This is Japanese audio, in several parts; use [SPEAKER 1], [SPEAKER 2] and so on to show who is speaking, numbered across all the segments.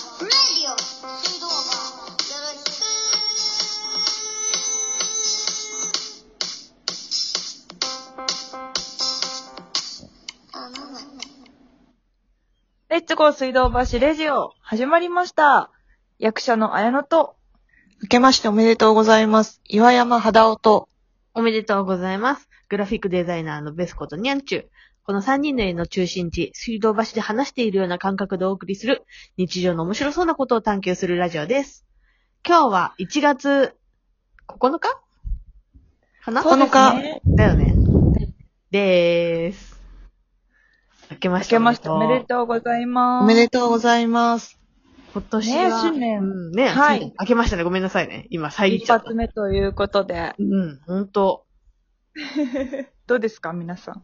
[SPEAKER 1] よ水道がよろしくあママ
[SPEAKER 2] レッツゴー水道橋レジオ、始まりました。役者の綾乃と、
[SPEAKER 3] 明けましておめでとうございます。岩山肌夫と、
[SPEAKER 4] おめでとうございます。グラフィックデザイナーのベスコとニャンチュー。この3人の家の中心地、水道橋で話しているような感覚でお送りする、日常の面白そうなことを探求するラジオです。今日は1月9日かな
[SPEAKER 3] 9日
[SPEAKER 4] そうですねだよね。でーす。明けま
[SPEAKER 2] 明
[SPEAKER 4] して
[SPEAKER 2] けましておめで
[SPEAKER 4] う。
[SPEAKER 2] とうございます。
[SPEAKER 3] おめでとうございます。
[SPEAKER 4] 今年
[SPEAKER 2] ね
[SPEAKER 4] は、
[SPEAKER 2] 新年
[SPEAKER 4] うん、ね、
[SPEAKER 2] はい
[SPEAKER 4] 新年明けましたね。ごめんなさいね。今、遮っ
[SPEAKER 2] 一
[SPEAKER 4] ちゃった
[SPEAKER 2] 発。目ということで、
[SPEAKER 4] うん、ほんと。
[SPEAKER 2] どうですか皆さん。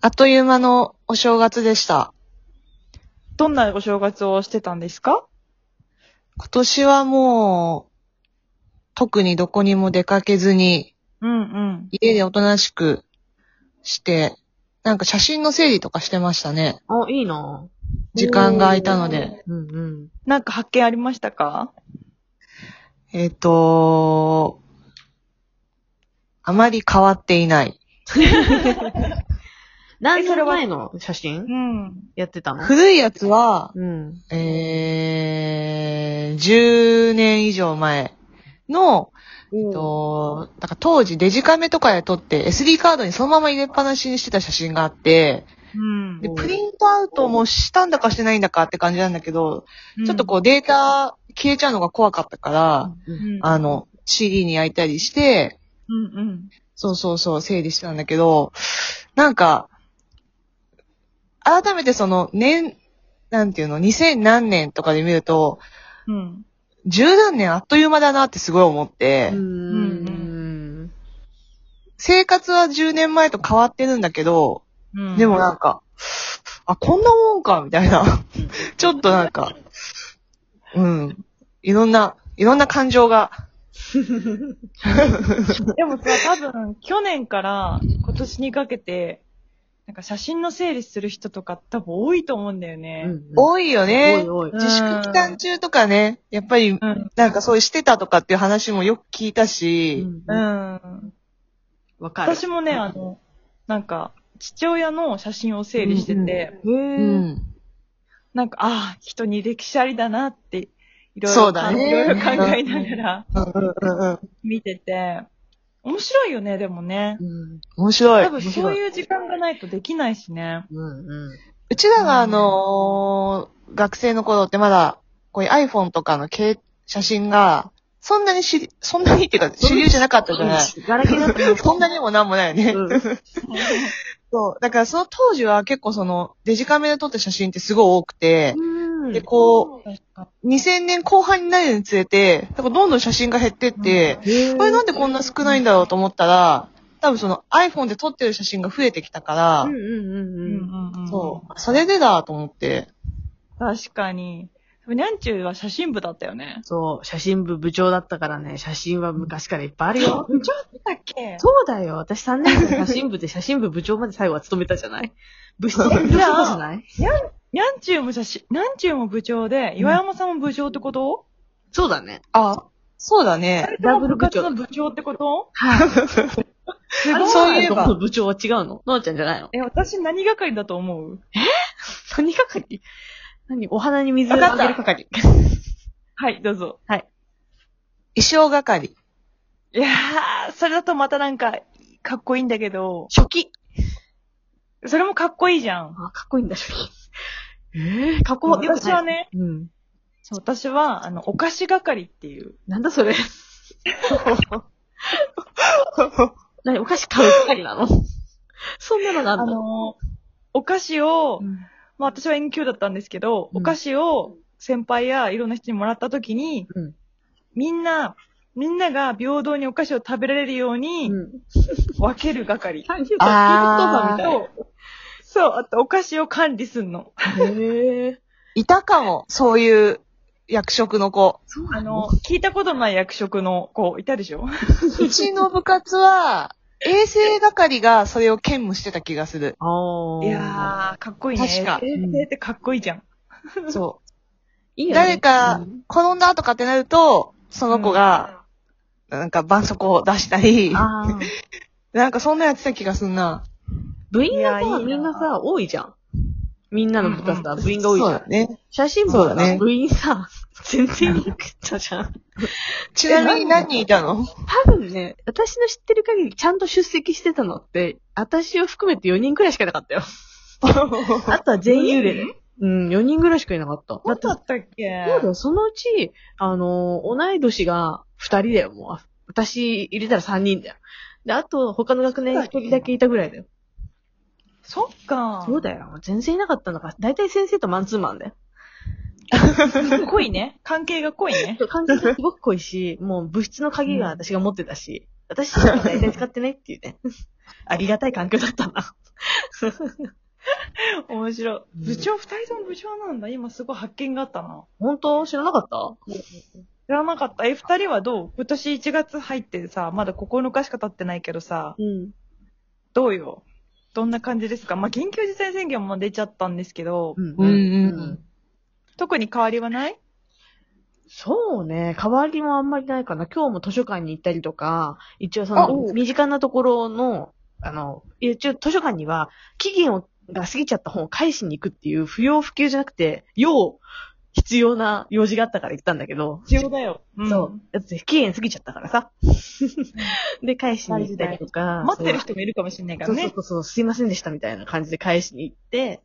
[SPEAKER 3] あっという間のお正月でした。
[SPEAKER 2] どんなお正月をしてたんですか
[SPEAKER 3] 今年はもう、特にどこにも出かけずに、
[SPEAKER 2] うんうん。
[SPEAKER 3] 家でおとなしくして、なんか写真の整理とかしてましたね。
[SPEAKER 4] あ、いいなぁ
[SPEAKER 3] 時間が空いたので。
[SPEAKER 4] うんうん。
[SPEAKER 2] なんか発見ありましたか
[SPEAKER 3] えっ、とあまり変わっていない。
[SPEAKER 4] 何
[SPEAKER 2] それは
[SPEAKER 4] 年前の写真
[SPEAKER 2] ん。
[SPEAKER 4] やってたの
[SPEAKER 3] 古いやつは、
[SPEAKER 4] うん。
[SPEAKER 3] えー、10年以上前の、えっと、なんか当時デジカメとかで撮って SD カードにそのまま入れっぱなしにしてた写真があって、
[SPEAKER 2] うん
[SPEAKER 3] で、
[SPEAKER 4] うん
[SPEAKER 3] プリントアウトもしたんだかしてないんだかって感じなんだけど、ちょっとこうデータ消えちゃうのが怖かったから、
[SPEAKER 2] うん、うん、
[SPEAKER 3] あの、CD に焼いたりして、
[SPEAKER 2] うんうん。
[SPEAKER 3] そうそうそう整理してたんだけど、なんか、改めてその年、なんていうの、2000何年とかで見ると、
[SPEAKER 2] うん。
[SPEAKER 3] 十何年あっという間だなってすごい思って、
[SPEAKER 4] うん。
[SPEAKER 3] 生活は10年前と変わってるんだけど、
[SPEAKER 2] うん
[SPEAKER 3] でもなんか、あ、こんなもんか、みたい な。ちょっとなんか、うん。いろんな、いろんな感情が。
[SPEAKER 2] でもさ、多分、去年から今年にかけて、なんか写真の整理する人とか多分多いと思うんだよね。
[SPEAKER 4] おい
[SPEAKER 3] 多いよね。
[SPEAKER 4] おいおい。
[SPEAKER 3] 自粛期間中とかね、やっぱり、
[SPEAKER 2] うん。
[SPEAKER 3] なんかそういうしてたとかっていう話もよく聞いたし、
[SPEAKER 2] うん。
[SPEAKER 4] わかる。
[SPEAKER 2] 私もね、あの、なんか、父親の写真を整理してて、
[SPEAKER 3] うんうん
[SPEAKER 4] へ
[SPEAKER 3] う
[SPEAKER 4] え。
[SPEAKER 3] ん。
[SPEAKER 2] なんか、ああ、人に歴史ありだなって、いろい
[SPEAKER 3] そ
[SPEAKER 2] ろ
[SPEAKER 3] うだ
[SPEAKER 2] かん、
[SPEAKER 3] ね
[SPEAKER 2] いろいろ考えながら
[SPEAKER 3] うんうんうんうん
[SPEAKER 2] 見てて、面白いよね、でもね。
[SPEAKER 4] うん。
[SPEAKER 3] 面白
[SPEAKER 2] 多
[SPEAKER 3] い。
[SPEAKER 2] 分そういう時間がないとできないしね。
[SPEAKER 4] うん。
[SPEAKER 3] うちらがあのー学生の頃ってまだ、こういう iPhone とかの携写真が、そんなにしり、 そんなにっていうか、主流じゃなかったじゃない。
[SPEAKER 4] ガラケーだった
[SPEAKER 3] そんなにもなんもないよね。そう。だからその当時は結構そのデジカメで撮った写真ってすごい多くて、
[SPEAKER 4] うん。
[SPEAKER 3] で、こ
[SPEAKER 2] 確か
[SPEAKER 3] う、2000年後半になるにつれて、なんかどんどん写真が減ってって、これなんでこんな少ないんだろうと思ったら、多分その iPhone で撮ってる写真が増えてきたから、
[SPEAKER 4] うんうん
[SPEAKER 2] う
[SPEAKER 4] うんん。
[SPEAKER 2] うんうん。
[SPEAKER 3] そう、それでだと思って、
[SPEAKER 2] う。確かに。でもにゃんちゅうは写真部だったよね。
[SPEAKER 4] そう、写真部部長だったからね、写真は昔からいっぱいあるよ。
[SPEAKER 2] だっけ
[SPEAKER 4] そうだよ。私3年間写真部で写真部部長まで最後は務めたじゃない部室部長じゃない
[SPEAKER 2] にゃんちゅうも写真、にゃんちゅうも部長で、岩山さんも部長ってこと、
[SPEAKER 4] そうだね。
[SPEAKER 3] あ、そうだね。
[SPEAKER 4] ダブル
[SPEAKER 2] 部
[SPEAKER 4] 部
[SPEAKER 2] 活
[SPEAKER 4] 長
[SPEAKER 2] の。部長ってこと
[SPEAKER 4] あれ
[SPEAKER 3] そういえば
[SPEAKER 4] ダブル部長は違うののーちゃんじゃないの
[SPEAKER 2] え、私何係だと思う
[SPEAKER 4] 何係何お花に水を
[SPEAKER 3] わか
[SPEAKER 4] あ
[SPEAKER 3] っ
[SPEAKER 4] げ
[SPEAKER 3] た
[SPEAKER 4] る係。
[SPEAKER 2] はい、どうぞ。
[SPEAKER 3] 衣装係。
[SPEAKER 2] いやー、それだとまたなんか、かっこいいんだけど、
[SPEAKER 4] 初期。
[SPEAKER 2] それもかっこいいじゃん。
[SPEAKER 4] あ、かっこいいんだ、初期。ええー、かっこよくない
[SPEAKER 2] 私は。ね、
[SPEAKER 4] うん。
[SPEAKER 2] そう私は、あの、お菓子係っていう。
[SPEAKER 4] なんだそれ。 何お菓子買う係なのそんなのがあ
[SPEAKER 2] あ
[SPEAKER 4] んの
[SPEAKER 2] のー、お菓子を、まあ私は遠距だったんですけど、
[SPEAKER 4] うん
[SPEAKER 2] お菓子を先輩やいろんな人にもらった時に、
[SPEAKER 4] うん
[SPEAKER 2] みんな、みんなが平等にお菓子を食べられるように
[SPEAKER 4] うん。
[SPEAKER 2] 分ける係。
[SPEAKER 4] 感じ
[SPEAKER 3] あー
[SPEAKER 4] みたい
[SPEAKER 2] そう、あとお菓子を管理すんの。
[SPEAKER 4] な。へえー。
[SPEAKER 3] いたかも、そういう役職の子。
[SPEAKER 4] そう
[SPEAKER 2] あ
[SPEAKER 4] な
[SPEAKER 2] の
[SPEAKER 4] の、
[SPEAKER 2] 聞いたことない役職の子いたでしょ
[SPEAKER 3] うちの部活は、衛生係がそれを兼務してた気がする。
[SPEAKER 4] あ
[SPEAKER 2] いやー、かっこいいね。
[SPEAKER 3] 確か
[SPEAKER 2] 衛生ってかっこいいじゃん。
[SPEAKER 3] そう。
[SPEAKER 4] いいよね。
[SPEAKER 3] 誰か
[SPEAKER 4] うん
[SPEAKER 3] 転んだとかってなると、その子が、なんか、絆創膏を出したり、
[SPEAKER 4] ああ。
[SPEAKER 3] なんかそんなやってた気がすんな。
[SPEAKER 4] 部員がさ
[SPEAKER 2] いやいいな
[SPEAKER 4] みんなさ、多いじゃん。みんなの部活さ、部員が多いじ
[SPEAKER 3] そう
[SPEAKER 4] ゃん
[SPEAKER 3] だ。ね。
[SPEAKER 4] 写真部
[SPEAKER 3] そう
[SPEAKER 4] さ、
[SPEAKER 3] だね
[SPEAKER 4] 部員さ、 全然いなくったじゃん。
[SPEAKER 3] ちなみに何人いたの
[SPEAKER 4] 多分ね、私の知ってる限りちゃんと出席してたのって、私を含めて4人くらいしかいなかったよ。 あとは全員幽霊だよ。うん、4人ぐらいしかいなかった。
[SPEAKER 2] ど
[SPEAKER 4] だっ
[SPEAKER 2] う
[SPEAKER 4] て
[SPEAKER 2] だ、ったっけ
[SPEAKER 4] そうだよ、そのうち、あのー、同い年が2人だよ、もう。私入れたら3人だよ。で、あと、他の学年1人だけいたぐらいだよ。
[SPEAKER 2] そっか。
[SPEAKER 4] そうだよ、全然いなかったのか。だいたい先生とマンツーマンだよ。
[SPEAKER 2] 濃いね。関係が濃い ね。
[SPEAKER 4] 関係がすごく濃いし、もう部室の鍵が私が持ってたし、私しか大体使ってないっていうね。 ありがたい環境だったな。
[SPEAKER 2] 面白い。
[SPEAKER 4] ん
[SPEAKER 2] 部長、二人とも部長なんだ。今すごい発見があったな。
[SPEAKER 4] 本当知らなかった
[SPEAKER 2] 知らなかった。え、二人はどう今年1月入ってさ、まだ9日しか経ってないけどさ、
[SPEAKER 4] うん。
[SPEAKER 2] どうよどんな感じですかまあ、緊急事態宣言も出ちゃったんですけど、
[SPEAKER 4] うん
[SPEAKER 3] うんうん
[SPEAKER 2] 特に変わりはない
[SPEAKER 4] そうね。変わりもあんまりないかな。今日も図書館に行ったりとか、一応そ
[SPEAKER 3] あ
[SPEAKER 4] の
[SPEAKER 3] お、
[SPEAKER 4] 身近なところの、あの、一応図書館には、期限をが過ぎちゃった本を返しに行くっていう不要不急じゃなくて、要、必要な用事があったから行ったんだけど、
[SPEAKER 2] 必要だよ。ん
[SPEAKER 4] そう。。だって期限過ぎちゃったからさ。で、返しに行ったりとか。
[SPEAKER 2] 待ってる人もいるかもしれないから
[SPEAKER 4] そう
[SPEAKER 2] ね。
[SPEAKER 4] そうそうそう、すいませんでしたみたいな感じで返しに行って、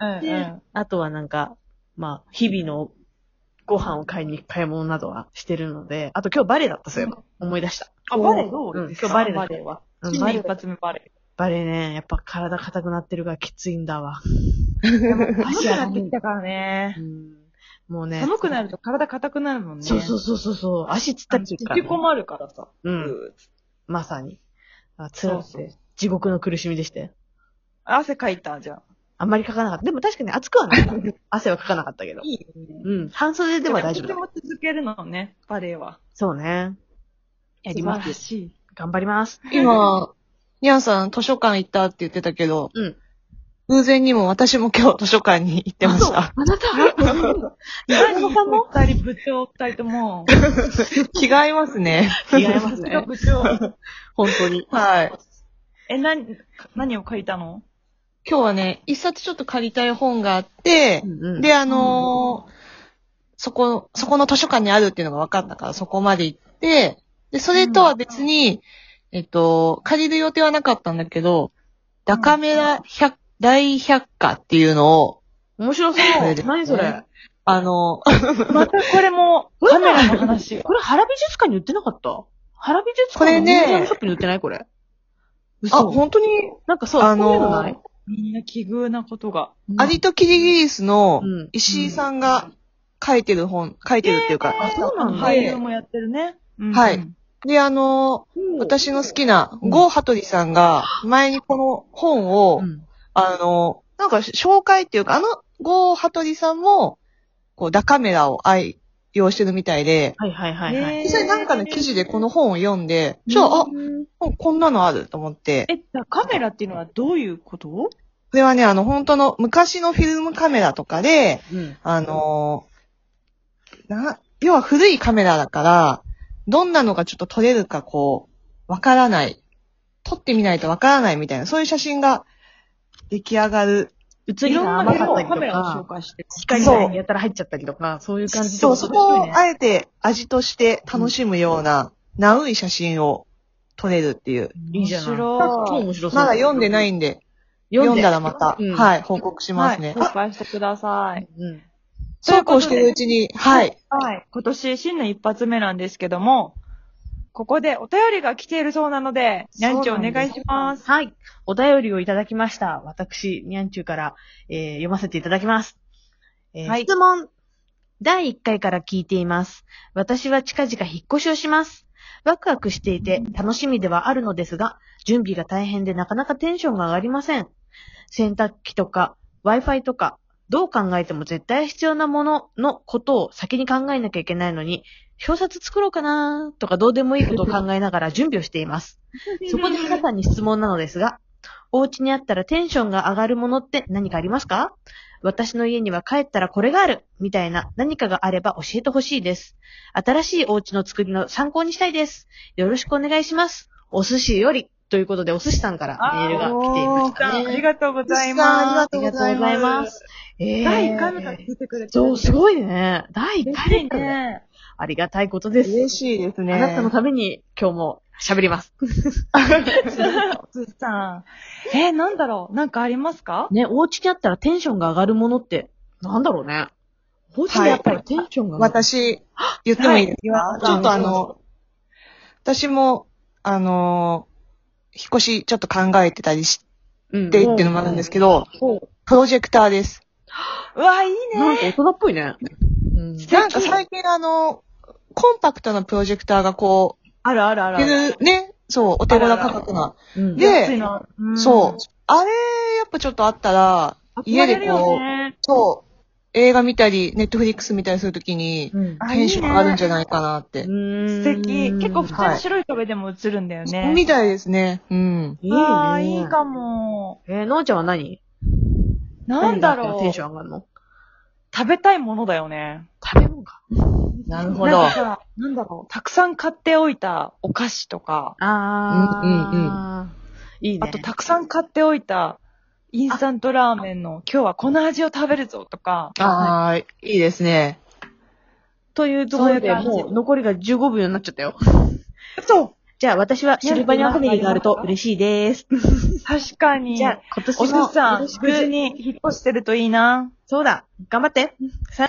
[SPEAKER 2] うん
[SPEAKER 4] で、
[SPEAKER 2] うん。
[SPEAKER 4] あとはなんか、まあ、日々のご飯を買いに行く買い物などはしてるので、あと今日バレエだった、そういえば。思い出した。
[SPEAKER 2] あ、バレーどう、
[SPEAKER 4] うん、
[SPEAKER 2] で
[SPEAKER 4] 今
[SPEAKER 2] す
[SPEAKER 4] 日
[SPEAKER 2] か
[SPEAKER 4] バレエだ
[SPEAKER 2] バ
[SPEAKER 4] った
[SPEAKER 2] レーは。
[SPEAKER 4] うん
[SPEAKER 2] 新
[SPEAKER 4] バレ
[SPEAKER 2] 年
[SPEAKER 4] エ
[SPEAKER 2] 一発目バレ
[SPEAKER 4] バレエね、やっぱ体硬くなってるからきついんだわ。
[SPEAKER 2] ー。
[SPEAKER 4] 足がね
[SPEAKER 2] たからね
[SPEAKER 4] う。んもうね。
[SPEAKER 2] 寒くなると体硬くなるもんね。
[SPEAKER 4] そうそうそうそうそう。足つった
[SPEAKER 2] あ
[SPEAKER 4] り
[SPEAKER 2] の
[SPEAKER 4] す
[SPEAKER 2] 引
[SPEAKER 4] る
[SPEAKER 2] き
[SPEAKER 4] から、
[SPEAKER 2] 込まるからさ。
[SPEAKER 4] うん。
[SPEAKER 2] うー
[SPEAKER 4] まさに。あ辛く
[SPEAKER 2] そうそう
[SPEAKER 4] て。地獄の苦しみでしたよ。
[SPEAKER 2] 汗かいたじゃん。
[SPEAKER 4] あんまり書かなかった。でも確かに暑くは なかった。汗は書かなかったけど。
[SPEAKER 2] いい
[SPEAKER 4] うん。半袖では大丈夫
[SPEAKER 2] で
[SPEAKER 4] だ。
[SPEAKER 2] も続けるのね、バレエは。
[SPEAKER 4] そうね。やりま
[SPEAKER 2] 素晴ら
[SPEAKER 4] す。
[SPEAKER 2] しい。
[SPEAKER 4] 頑張ります。
[SPEAKER 3] 今、ニャンさん図書館行ったって言ってたけど、
[SPEAKER 4] うん
[SPEAKER 3] 偶然にも私も今日図書館に行ってました。
[SPEAKER 4] あなた
[SPEAKER 2] 何さんも二人、部長二人とも。
[SPEAKER 3] 違いますね。
[SPEAKER 4] 違いますね。
[SPEAKER 2] 部長。
[SPEAKER 4] 本当に。
[SPEAKER 3] はい。
[SPEAKER 2] え、な、何を書いたの
[SPEAKER 3] 今日はね、一冊ちょっと借りたい本があって、
[SPEAKER 4] うんうん、
[SPEAKER 3] で、あのーそこ、そこの図書館にあるっていうのが分かったから、そこまで行って、で、それとは別に、えっと、借りる予定はなかったんだけど、ダカメラ百、大百科っていうのを、
[SPEAKER 4] 面白そ
[SPEAKER 3] これ
[SPEAKER 4] う
[SPEAKER 3] で。すね
[SPEAKER 4] 何それ。
[SPEAKER 3] あの、
[SPEAKER 2] またこれも、カメラの話が
[SPEAKER 4] こ。れ原美術館に売ってなかった原美術
[SPEAKER 3] こ
[SPEAKER 4] 館
[SPEAKER 3] れ
[SPEAKER 4] の
[SPEAKER 3] ね
[SPEAKER 4] ミュージアムショップに売ってないこれ。
[SPEAKER 3] あ、
[SPEAKER 4] 嘘。
[SPEAKER 3] 本当に、
[SPEAKER 4] なんかそう、
[SPEAKER 3] あのー
[SPEAKER 4] そういうのない
[SPEAKER 2] みんな奇遇なことが。
[SPEAKER 3] アリとキリギリスの
[SPEAKER 4] うん
[SPEAKER 3] 石井さんが書いてる本、書いてるっていうか、
[SPEAKER 4] あ、そうなんだ。
[SPEAKER 2] 俳優もやってるね。うん
[SPEAKER 3] はいで、あの、私の好きな、ゴーハトリさんが、前にこの本を、
[SPEAKER 4] うん
[SPEAKER 3] あの、なんか紹介っていうか、あの、ゴーハトリさんも、こう、ダカメラを愛用してるみたいで、
[SPEAKER 4] はいはいはいはい。
[SPEAKER 2] ね
[SPEAKER 3] 実際なんかの記事でこの本を読んで、じゃあ、
[SPEAKER 4] うん
[SPEAKER 3] あ、こんなのあると思って、
[SPEAKER 2] え、じゃあカメラっていうのはどういうこと
[SPEAKER 3] これはね、あの、本当の昔のフィルムカメラとかで、
[SPEAKER 4] うん。
[SPEAKER 3] あのーな、要は古いカメラだから、どんなのがちょっと撮れるかこう、わからない。撮ってみないとわからないみたいな、そういう写真が出来上がる。
[SPEAKER 4] 映
[SPEAKER 2] い
[SPEAKER 4] り
[SPEAKER 2] ろん
[SPEAKER 4] が
[SPEAKER 2] な
[SPEAKER 4] 甘かっ
[SPEAKER 2] 色
[SPEAKER 4] た
[SPEAKER 2] を
[SPEAKER 4] り
[SPEAKER 2] カ
[SPEAKER 4] と
[SPEAKER 2] メラを紹
[SPEAKER 4] か、
[SPEAKER 2] 介してる。
[SPEAKER 4] 光
[SPEAKER 3] そう
[SPEAKER 4] がやたら入っちゃったりとか、そういう感じ
[SPEAKER 3] そう、そこを
[SPEAKER 4] あ
[SPEAKER 3] あえて味として楽しむような、ナウい写真を撮れるっていう。
[SPEAKER 4] いいじゃない。
[SPEAKER 2] 面白い
[SPEAKER 4] 超面白そう。。
[SPEAKER 3] まだ読んでないいんで、
[SPEAKER 4] 読
[SPEAKER 3] 読
[SPEAKER 4] ん
[SPEAKER 3] ん
[SPEAKER 4] で
[SPEAKER 3] だらまた、
[SPEAKER 4] うん
[SPEAKER 3] はい、報告しますね。
[SPEAKER 2] はい、公開してください。
[SPEAKER 4] うん。
[SPEAKER 3] そうこうしてるうちに、はい。
[SPEAKER 2] はい。今年新年一発目なんですけども、ここでお便りが来ているそうなので、にゃんちお願いします。
[SPEAKER 4] はい。お便りをいただきました。私、にゃんちゅうから、えー読ませていただきます。えー
[SPEAKER 2] はい
[SPEAKER 4] 質問。第1回から聞いています。私は近々引っ越しをします。ワクワクしていて楽しみではあるのですが、準備が大変でなかなかテンションが上がりません。洗濯機とか Wi-Fi とか、どう考えても絶対必要なもののことを先に考えなきゃいけないのに、表札作ろうかなとかどうでもいいことを考えながら準備をして います。そこで皆さんに質問なのですが、お家にあったらテンションが上がるものって何かありますか私の家には帰ったらこれがあるみたいな何かがあれば教えてほしいです。新しいお家の作りの参考にしたいです。よろしくお願いします。お寿司より。ということで、お寿司さんからメールが来ていました
[SPEAKER 2] あ
[SPEAKER 4] ね。
[SPEAKER 2] りがとうござい
[SPEAKER 3] あ
[SPEAKER 2] ます。
[SPEAKER 3] り
[SPEAKER 4] あ
[SPEAKER 3] がとうございます
[SPEAKER 4] りがとうございます。えー
[SPEAKER 2] 第1回目から聞いてくれてる
[SPEAKER 4] そう、すごいね。第1
[SPEAKER 2] 嬉
[SPEAKER 4] 回
[SPEAKER 2] しい
[SPEAKER 4] 目から。
[SPEAKER 2] ね。
[SPEAKER 4] ありがたいことです。
[SPEAKER 3] 嬉しいですね。
[SPEAKER 4] あなたのために今日も喋ります。
[SPEAKER 2] つーさん。えー、なんだろうなんかありますか
[SPEAKER 4] ね、お家にあったらテンションが上がるものって、なんだろうね。お家にあったらテンションが上がる。
[SPEAKER 3] 私、言ってもいいですか、
[SPEAKER 2] はい
[SPEAKER 3] ちょっとあの、私も、あの、引っ越しちょっと考えてたりし
[SPEAKER 4] うん
[SPEAKER 3] てっていうのもあるんですけど、
[SPEAKER 4] ほ
[SPEAKER 3] プロジェクターです。
[SPEAKER 2] うわ、いいね。
[SPEAKER 4] うなんか大人っぽいね。うん
[SPEAKER 3] なんか最近あの、コンパクトなプロジェクターがこ
[SPEAKER 2] あるあるあ
[SPEAKER 3] う、出るね、そう、お手頃価格な。
[SPEAKER 4] うん
[SPEAKER 3] で
[SPEAKER 2] 安いのうん
[SPEAKER 3] そう。あれ、やっぱちょっとあったら、家で
[SPEAKER 2] 憧れるよ
[SPEAKER 3] こう、
[SPEAKER 2] ね
[SPEAKER 3] そう、映画見たり、ネットフリックス見たりするときに、
[SPEAKER 4] うん
[SPEAKER 2] あ
[SPEAKER 3] テンション上がるんじゃ
[SPEAKER 2] い
[SPEAKER 3] ないかなって。
[SPEAKER 2] いね素敵。結構普通
[SPEAKER 3] は
[SPEAKER 2] の
[SPEAKER 3] い
[SPEAKER 2] 白い壁でも映るんだよね。
[SPEAKER 3] みたいですね。うん。
[SPEAKER 4] いい
[SPEAKER 2] ああ、
[SPEAKER 4] ね。
[SPEAKER 2] いいかも。
[SPEAKER 4] えー、のんちゃんは何
[SPEAKER 2] なんだ
[SPEAKER 4] 何があったら
[SPEAKER 2] ろ
[SPEAKER 4] テンショ
[SPEAKER 2] う。
[SPEAKER 4] ン上がるの
[SPEAKER 2] 食べたいものだよね。
[SPEAKER 4] 食べ物か。
[SPEAKER 3] なるほ
[SPEAKER 2] なん
[SPEAKER 3] ど
[SPEAKER 2] か。さ、なんだろう。たくさん買っておいたお菓子とか、
[SPEAKER 4] あー。
[SPEAKER 3] うんうん
[SPEAKER 4] いいね。
[SPEAKER 2] あとたくさん買っておいたインスタントラーメンの今日はこの味を食べるぞとか、
[SPEAKER 3] ああ、いいですね。
[SPEAKER 4] というところ
[SPEAKER 2] そうい
[SPEAKER 4] で、
[SPEAKER 2] う感じ
[SPEAKER 4] もう残りが15秒になっちゃったよ。
[SPEAKER 2] そ
[SPEAKER 4] じゃあ私はシルバニアファミリーがあると嬉しいです。
[SPEAKER 2] う確かに。
[SPEAKER 4] じゃあ今年
[SPEAKER 2] お
[SPEAKER 4] も
[SPEAKER 2] すさ
[SPEAKER 4] よろ
[SPEAKER 2] ん
[SPEAKER 4] し、く
[SPEAKER 2] 無事に引っ越してるといいな。
[SPEAKER 4] そうだ、頑張って。